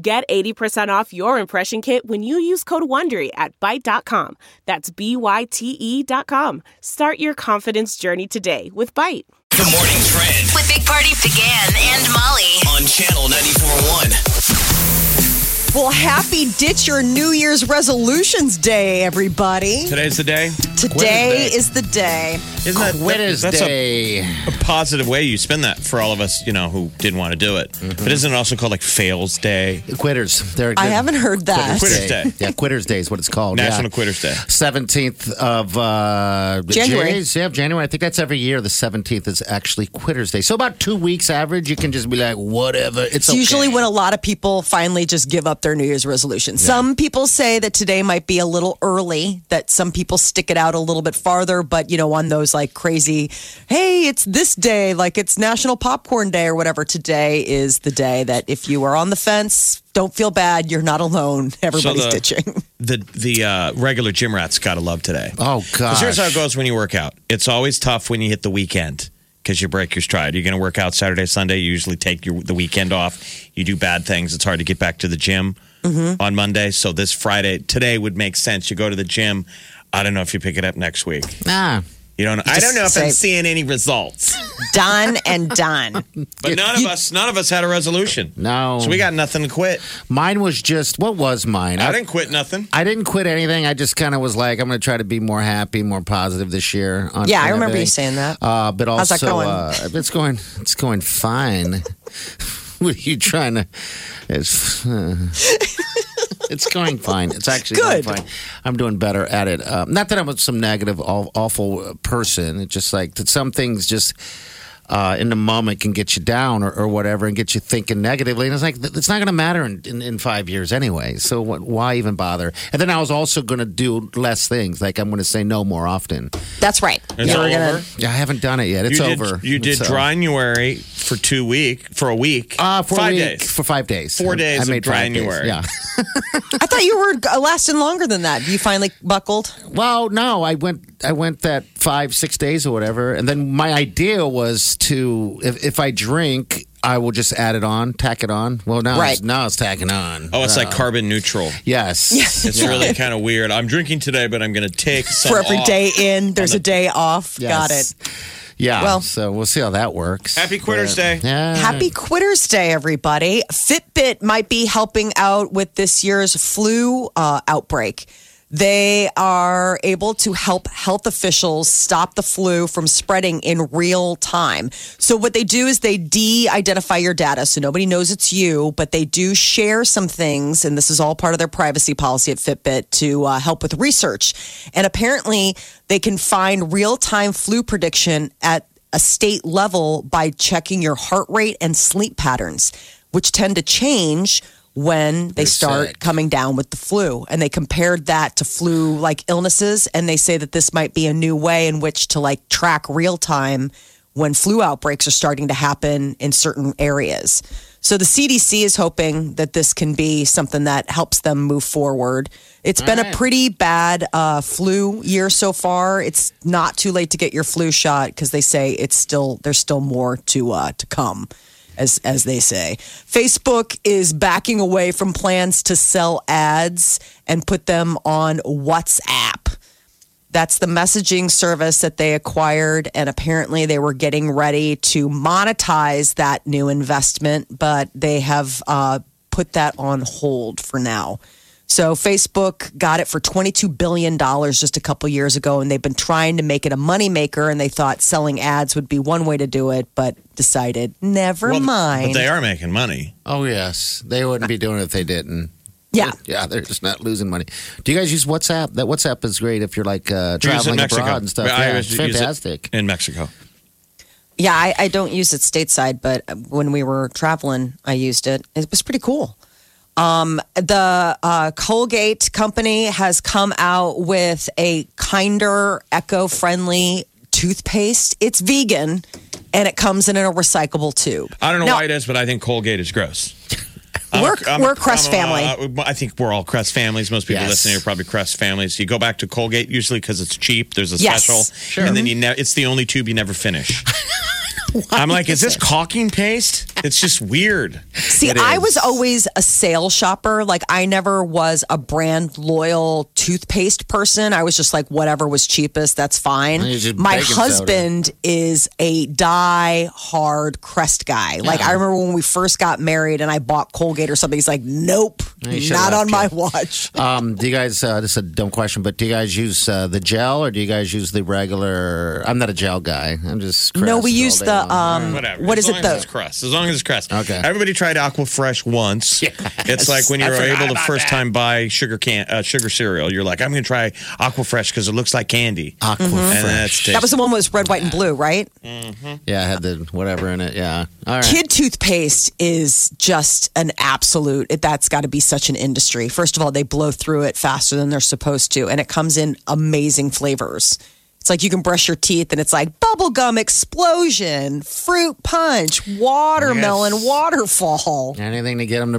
Get 80% off your impression kit when you use code WONDERY at Byte.com. That's B-Y-T-E E dot com. Start your confidence journey today with Byte. The morning trend With Big Party began and Molly. on channel 941. Well, happy Ditch Your New Year's Resolutions Day, everybody. Today's the day. Today Quit it is the day. Isn't that, Quit that- his that's a, day. a positive way you spin that for all of us, you know, who didn't want to do it. Mm-hmm. But isn't it also called like Fails Day, Quitters. They're, I haven't heard that. Quitters Day. Yeah, Quitters Day is what it's called. National yeah. Quitters Day? Seventeenth of uh, January. Jays. Yeah, January. I think that's every year. The seventeenth is actually Quitters Day. So about two weeks average, you can just be like, whatever. It's It's usually okay. when a lot of people finally just give up their New Year's resolutions. Some people say that today might be a little early, that some people stick it out a little bit farther, but you know, on those like crazy, hey, it's this day, like it's National Popcorn Day or whatever, today is the day that if you are on the fence, don't feel bad. You're not alone. Everybody's the- ditching. The the uh, regular gym rats gotta love today. Oh Because gosh. here's how it goes when you work out. It's always tough when you hit the weekend because you break your stride. You're going to work out Saturday, Sunday. You usually take your, the weekend off. You do bad things. It's hard to get back to the gym Mm-hmm. on Monday. So this Friday, today would make sense. You go to the gym. I don't know if you pick it up next week. Ah, You don't. I don't know if I'm say- seeing any results. Done and done. But none of us, none of us had a resolution. No. So we got nothing to quit. mine was just what was mine? I didn't quit nothing. I didn't quit anything. I just kind of was like, I'm going to try to be more happy, more positive this year. On Yeah, I on remember you saying everything. that. Uh, but also, How's that going? Uh, it's going, it's going fine. what are you trying to? It's, it's going fine. It's actually Good. Going fine. I'm doing better at it. Um, not that I'm some negative, aw- awful person. It's just like that. Some things just. Uh, in the moment can get you down or, or whatever and get you thinking negatively and it's like th- it's not going to matter in, in, in five years anyway so what, why even bother and then i was also going to do less things like i'm going to say no more often That's right. It's we're over. gonna- yeah, I haven't done it yet. It's uh, you did, over. You did So- January for two week for a week. Uh, for a five week- days. For five days. Four I- days I of made five days, January. Yeah. I thought you were uh, lasting longer than that. You finally buckled. Well, no, I went. I went that five, six days or whatever, and then my idea was to if, if I drink, I will just add it on, tack it on. Well, now Right. it's, now it's tacking on. oh, it's like carbon neutral. Yes. It's really kind of weird. I'm drinking today, but I'm going to take some For every off. day in, there's a on the- day off. Got it. Yes. Yeah. Well- so we'll see how that works. Happy Quitter's Day. Yeah. Happy Quitters Day, everybody. Fitbit might be helping out with this year's flu uh, outbreak. They are able to help health officials stop the flu from spreading in real time. So, what they do is they de identify your data so nobody knows it's you, but they do share some things. And this is all part of their privacy policy at Fitbit to uh, help with research. And apparently, they can find real time flu prediction at a state level by checking your heart rate and sleep patterns, which tend to change when they start sick. coming down with the flu. And they compared that to flu like illnesses. And they say that this might be a new way in which to like track real time when flu outbreaks are starting to happen in certain areas. So the CDC is hoping that this can be something that helps them move forward. It's been a pretty bad uh, flu year so far. It's not too late to get your flu shot because they say it's still there's still more to uh, to come, as as they say. Facebook is backing away from plans to sell ads and put them on WhatsApp. That's the messaging service that they acquired. And apparently, they were getting ready to monetize that new investment, but they have uh, put that on hold for now. So, Facebook got it for $22 billion just a couple years ago, and they've been trying to make it a moneymaker. And they thought selling ads would be one way to do it, but decided never Well, mind. But they are making money. Oh yes, they wouldn't be doing it if they didn't. yeah. Yeah, they're just not losing money. Do you guys use WhatsApp? That WhatsApp is great if you're like uh, We use it in traveling Mexico. abroad and stuff. I Yeah, always it's use it fantastic. in Mexico. Yeah, I, I don't use it stateside, but when we were traveling, I used it. It was pretty cool. Um, the uh, Colgate company has come out with a kinder, eco friendly toothpaste. It's vegan and it comes in a recyclable tube. I don't know Now- why it is, but I think Colgate is gross. We're- we're Crest family. uh, I think we're all Crest families. Most people Yes. listening are probably Crest families. You go back to Colgate usually because it's cheap. There's a Yes. special, and then you ne- it's the only tube you never finish. I'm like, is this caulking paste? It's just weird. See, It I is. was always a sale shopper. Like, I never was a brand loyal toothpaste person. I was just like, whatever was cheapest, that's fine. You're just My baking husband is a die hard crest guy. Like, I remember when we first got married and I bought Colgate or something. He's like, nope, you should've not on left my it." watch. Um, do you guys? Uh, this is a dumb question, but do you guys use uh, the gel or do you guys use the regular? I'm not a gel guy. I'm just Crest no, we all use day the, long. um, Whatever. what as is long it? As The, it's crust. As long as it's crust. Okay. Everybody tried Aqua Fresh once. It's like when you I were forgot able to about first that. time buy sugar can uh, sugar cereal. You're like, I'm going to try Aqua Fresh because it looks like candy. Uh, Aqua And that's Fresh. tasty. Mm-hmm. that was the one that was red, white, and blue, right? yeah, I had the whatever in it. Yeah, all right. Kid toothpaste is just an absolute. It, that's got to be such an industry. First of all, they blow through it faster than they're supposed to, and it comes in amazing flavors. It's like you can brush your teeth, and it's like bubblegum explosion, fruit punch, watermelon Yes. waterfall. Anything to get them to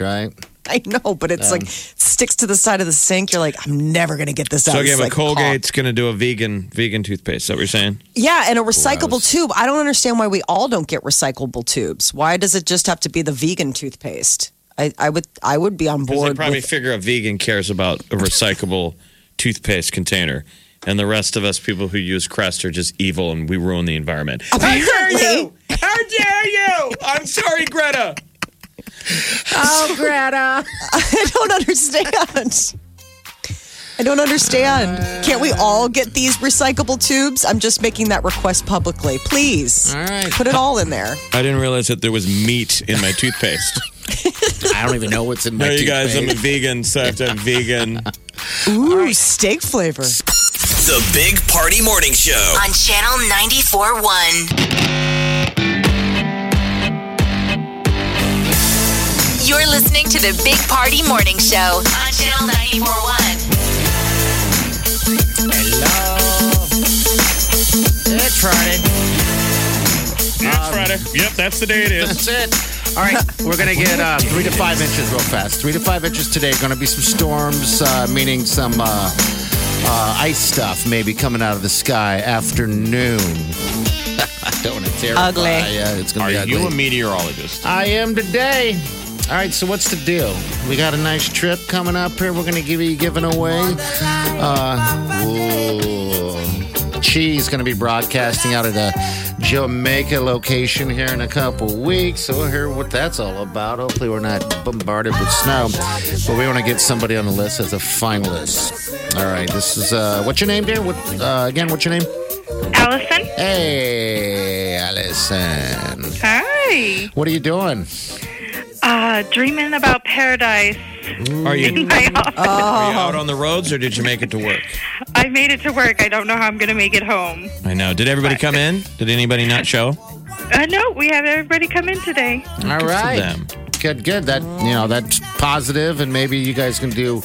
right? I know, but Um, it's like sticks to the side of the sink. You're like, I'm never gonna get this out. so It's again, but like caulk. Colgate's going to do a vegan vegan toothpaste. Is that what you're saying? Yeah, and a recyclable tube. I don't understand why we all don't get recyclable tubes. Why does it just have to be the vegan toothpaste? I, I would I would be on Because they board. probably with- figure a vegan cares about a recyclable toothpaste container. And the rest of us people who use Crest are just evil and we ruin the environment. How dare you? How dare you? I'm sorry, Greta. I don't understand. I don't understand. Can't we all get these recyclable tubes? I'm just making that request publicly. Please. All right. Put it all in there. I didn't realize that there was meat in my toothpaste. I don't even know what's in my. no, you guys, I'm a toothpaste. vegan, so I have to have vegan. Ooh, steak flavor. The Big Party Morning Show. on Channel 94.1. You're listening to the Big Party Morning Show on Channel 94.1. It's Friday. It's Friday. Yep, that's the day it is. Um, That's it. All right, we're gonna get uh, three to five inches real fast. Three to five inches today. Gonna be some storms, uh, meaning some uh, uh, ice stuff maybe coming out of the sky after noon. Don't wanna terrify Ugly. ya. It's gonna Are be ugly. you a meteorologist? I am today. All right, so what's the deal? We got a nice trip coming up here. We're going to give you giving away. Uh, ooh. She's going to be broadcasting out of the Jamaica location here in a couple weeks. So we'll hear what that's all about. Hopefully, we're not bombarded with snow, but we want to get somebody on the list as a finalist. All right, this is uh, what's your name, dear? What uh, again? What's your name? Allison? Hey, Allison. Hi. What are you doing? Uh, dreaming about paradise. Are you, I, are you out on the roads or did you make it to work? I made it to work. I don't know how I'm going to make it home. I know. Did everybody come in? Did anybody not show? Uh, no, we have everybody come in today. All Good for right. them. Good, good. That you know, that's positive, and maybe you guys can do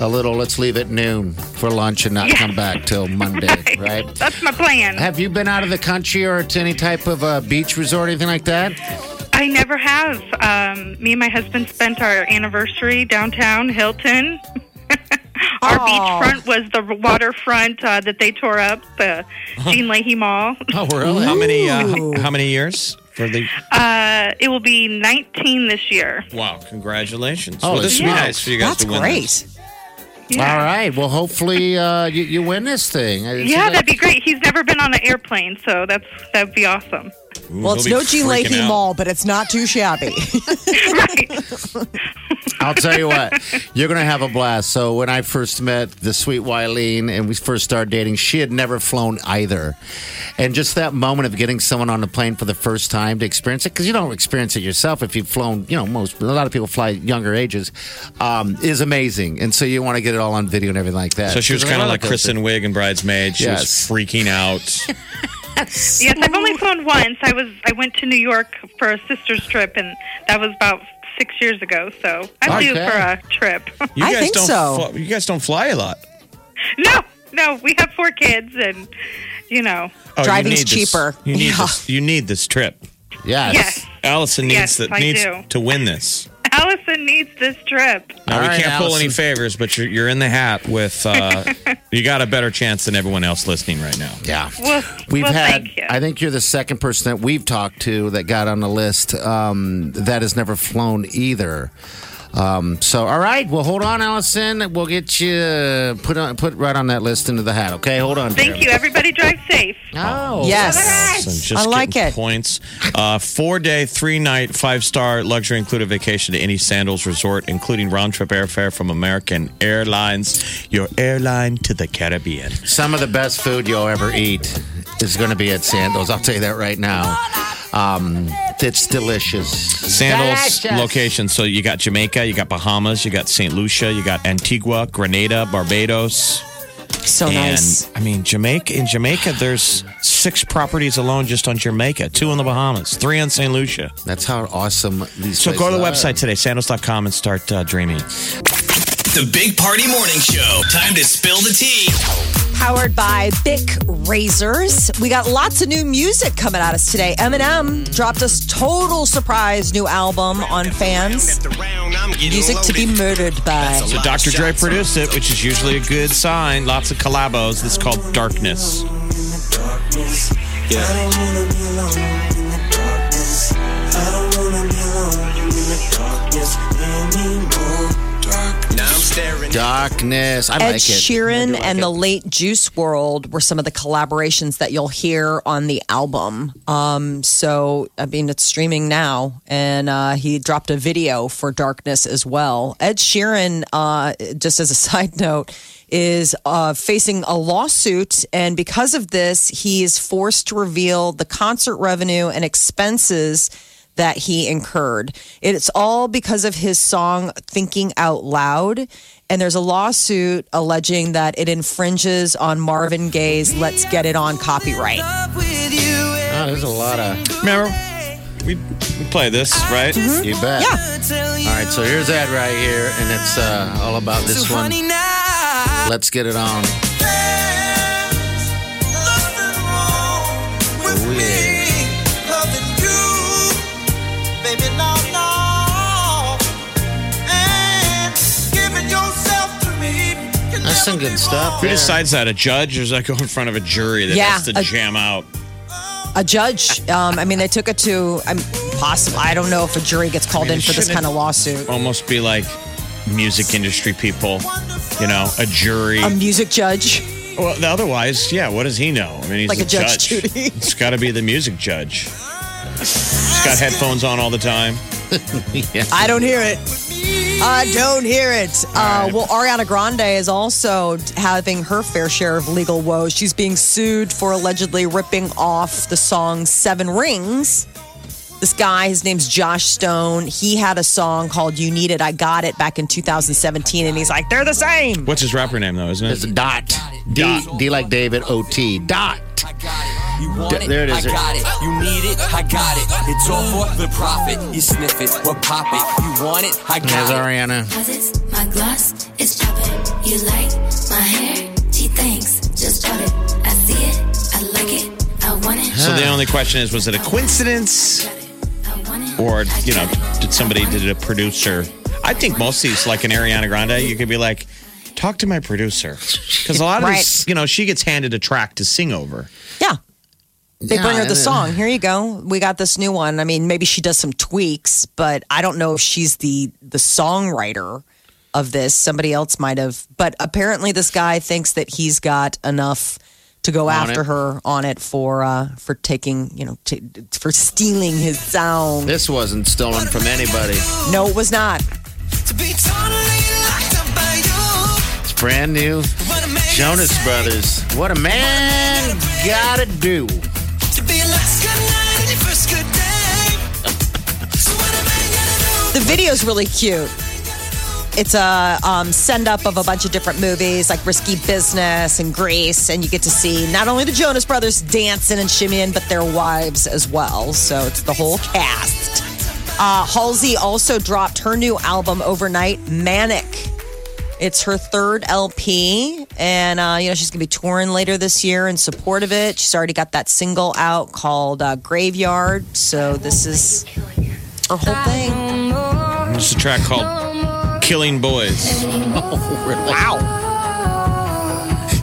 a little. Let's leave at noon for lunch and not come back till Monday, right? That's my plan. Have you been out of the country or to any type of uh, beach resort, anything like that? I never have. Um, me and my husband spent our anniversary downtown Hilton. our beachfront was the waterfront uh, that they tore up, the Uh-huh. Jean Leahy Mall. Oh, really? How many? Uh, how many years for the? Uh, it will be 19 this year. Wow! Congratulations. Oh, well, this would be yeah. nice for you guys That's to win. Mm, great. Yeah. All right. Well, hopefully uh, you, you win this thing. I- it's Yeah, like- that'd be great. He's never been on an airplane, so that's that'd be awesome. This. Ooh, Well, it's he'll no be G freaking Leahy out. Mall, but it's not too shabby. right. I'll tell you what, you're going to have a blast. So, when I first met the sweet Wileen and we first started dating, she had never flown either. And just that moment of getting someone on the plane for the first time to experience it, because you don't experience it yourself if you've flown, you know, most, a lot of people fly at younger ages, um, is amazing. And so, you want to get it all on video and everything like that. So she was It's a kind of roller like Kristen coaster. Wiig and Bridesmaid. She was Yes. freaking out. Yes, I've only flown once. I was I went to New York for a sister's trip, and that was about six years ago, so I'm due Okay. for a trip. You I guys think don't so. fl- you guys don't fly a lot. no, no, we have four kids, and you know, Oh, you Driving's need this- cheaper. you need Yeah. this. You need this trip. Yes. yes, Allison Yes, needs I that needs do. to win this. Allison needs this trip. Now All we right, can't pull any Allison. favors, but you're you're in the hat with. Uh, you got a better chance than everyone else listening right now. Yeah. Well, We've well, had, thank you. I think you're the second person that we've talked to that got on the list um, that has never flown either. Um, so, all right, well, hold on, Allison. We'll get you put on, put right on that list into the hat. Okay, hold on. Thank you. Everybody drive safe. Oh, Yes. So just I like getting it. Points. Uh, four day, three night, five star luxury included vacation to any Sandals resort, including round trip airfare from American Airlines, your airline to the Caribbean. Some of the best food you'll ever eat is going to be at Sandals. I'll tell you that right now. Um, it's delicious. Sandals locations. So you got Jamaica, you got Bahamas, you got St. Lucia, you got Antigua, Grenada, Barbados. So and Oh, nice. I mean, Jamaica. In Jamaica, there's six properties alone just on Jamaica, two in the Bahamas, three on St. Lucia. That's how awesome these. So go to the places are. website today, sandals.com, and start uh, dreaming. The Big Party Morning Show. Time to spill the tea. Powered by Bic Razors. We got lots of new music coming at us today. Eminem dropped us total surprise new album on fans. Music to be murdered by. So Dr. Dre produced it, which is usually a good sign. Lots of collabos. It's called Darkness. Darkness. I Ed like it. Sheeran I do like and it. the late Juice World were some of the collaborations that you'll hear on the album. Um, so, I mean, it's streaming now, and uh, he dropped a video for Darkness as well. Ed Sheeran, uh, just as a side note, is uh, facing a lawsuit, and because of this, he is forced to reveal the concert revenue and expenses that he incurred. It's all because of his song Thinking Out Loud. And there's a lawsuit alleging that it infringes on Marvin Gaye's Let's Get It On copyright. Oh, there's a lot of. Remember, we, we play this, right? Mm-hmm. You bet. Yeah. All right, so here's that right here, and it's uh, all about this one. Let's get it on. Oh, yeah. That's some good stuff. Who there. decides that? A judge? Or does that go in front of a jury that Yeah, has to a- jam out? A judge, um, I mean, they took it to, I'm possible. I don't know if a jury gets called I mean, in for this shouldn't- kind of lawsuit. Almost be like music industry people, you know, a jury. A music judge. well, otherwise, yeah, what does he know? I mean, he's Like a Judge Judy. It's got to be the music judge. He's got headphones on all the time. I don't hear it. I don't hear it. Uh, well, Ariana Grande is also having her fair share of legal woes. She's being sued for allegedly ripping off the song Seven Rings. This guy, his name's Josh Stone. He had a song called You Need It, I Got It back in 2017, and he's like, they're the same. What's his rapper name, though, isn't it? It's dot. D, Dot. D like David, O T. Dot. You want D- there it is. I got it. You need it. I got it. It's all for the profit. You sniff it or pop it. You want it. I There's got it. Ariana. Cause it's my gloss, it's poppin'. You like my hair? She thinks, just bought it. I see it, I like it, I want it. So the only question is, was it a coincidence? or you know, did somebody did a producer? I think most of these, like an Ariana Grande, you could be like, talk to my producer, because a lot of Right. these, you know, she gets handed a track to sing over. Yeah. They Yeah, bring her the and it- song. Here you go. We got this new one. I mean, maybe she does some tweaks, but I don't know if she's the the songwriter of this. Somebody else might have. But apparently, this guy thinks that he's got enough to go after it. her on it for uh, for taking you know t- for stealing his sound. This wasn't stolen from anybody. No, it was not. It's brand new. Jonas Brothers. What a man gotta do. The video's really cute. It's a um, send up of a bunch of different movies like Risky Business and Grease, and you get to see not only the Jonas Brothers dancing and shimmying, but their wives as well. So it's the whole cast. Uh, Halsey also dropped her new album overnight, Manic. It's her third LP, and uh, you know she's gonna be touring later this year in support of it. She's already got that single out called uh, Graveyard, so this is her whole thing. It's a track called Killing Boys. Wow.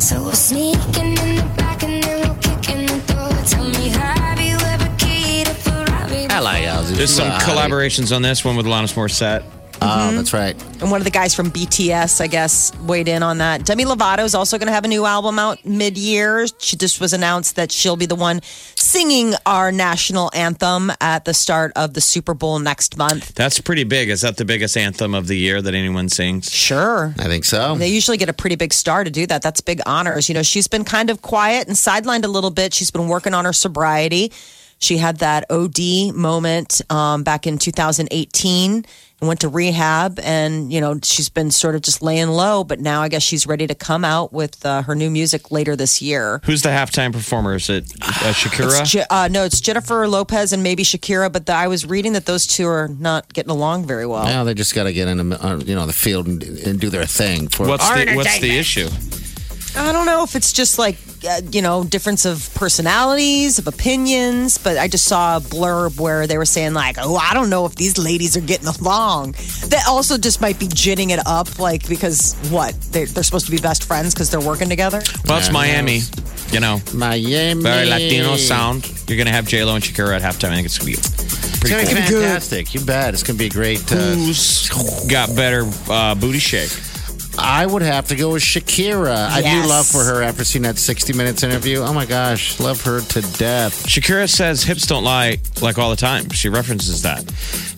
So we're sneaking in the back and then we're kicking the door. Tell me, have you ever keyed a Ferrari? I like Ozzy. There's some Mm-hmm. She's a hottie. collaborations on this one with Alanis Morissette. Oh, that's right. And one of the guys from BTS, I guess, weighed in on that. Demi Lovato is also going to have a new album out mid year. She just was announced that she'll be the one singing our national anthem at the start of the Super Bowl next month. That's pretty big. Is that the biggest anthem of the year that anyone sings? Sure. I think so. They usually get a pretty big star to do that. That's big honors. You know, she's been kind of quiet and sidelined a little bit. She's been working on her sobriety. She had that OD moment um, back in 2018 and went to rehab. And, you know, she's been sort of just laying low, but now I guess she's ready to come out with uh, her new music later this year. Who's the halftime performer? Is it uh, Shakira? It's Je- uh, no, it's Jennifer Lopez and maybe Shakira, but the, I was reading that those two are not getting along very well. Now they just got to get in, the, uh, you know, the field and, and do their thing. For What's the, what's the issue? I don't know if it's just like uh, you know difference of personalities, of opinions, but I just saw a blurb where they were saying like, "Oh, I don't know if these ladies are getting along." That also just might be ginning it up, like because what they're, they're supposed to be best friends because they're working together. Well, it's Miami. You know, Miami. very Latino sound. You're going to have J-Lo and Shakira at halftime. I think it's going to be It's gonna be Pretty cool. fantastic. You bet. It's gonna be a great. Uh, who's got better uh, booty shake. I would have to go with Shakira. I do Yes. love for her after seeing that 60 Minutes interview. Oh my gosh, love her to death. Shakira says hips don't lie like all the time. She references that.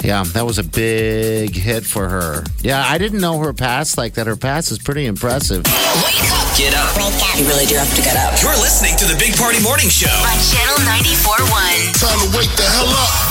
Yeah, that was a big hit for her. Yeah, I didn't know her past like that. Her past is pretty impressive. Wake up Get up. on You really do have to get up. You're listening to the Big Party Morning Show. Channel 94.1. Time to wake the hell up.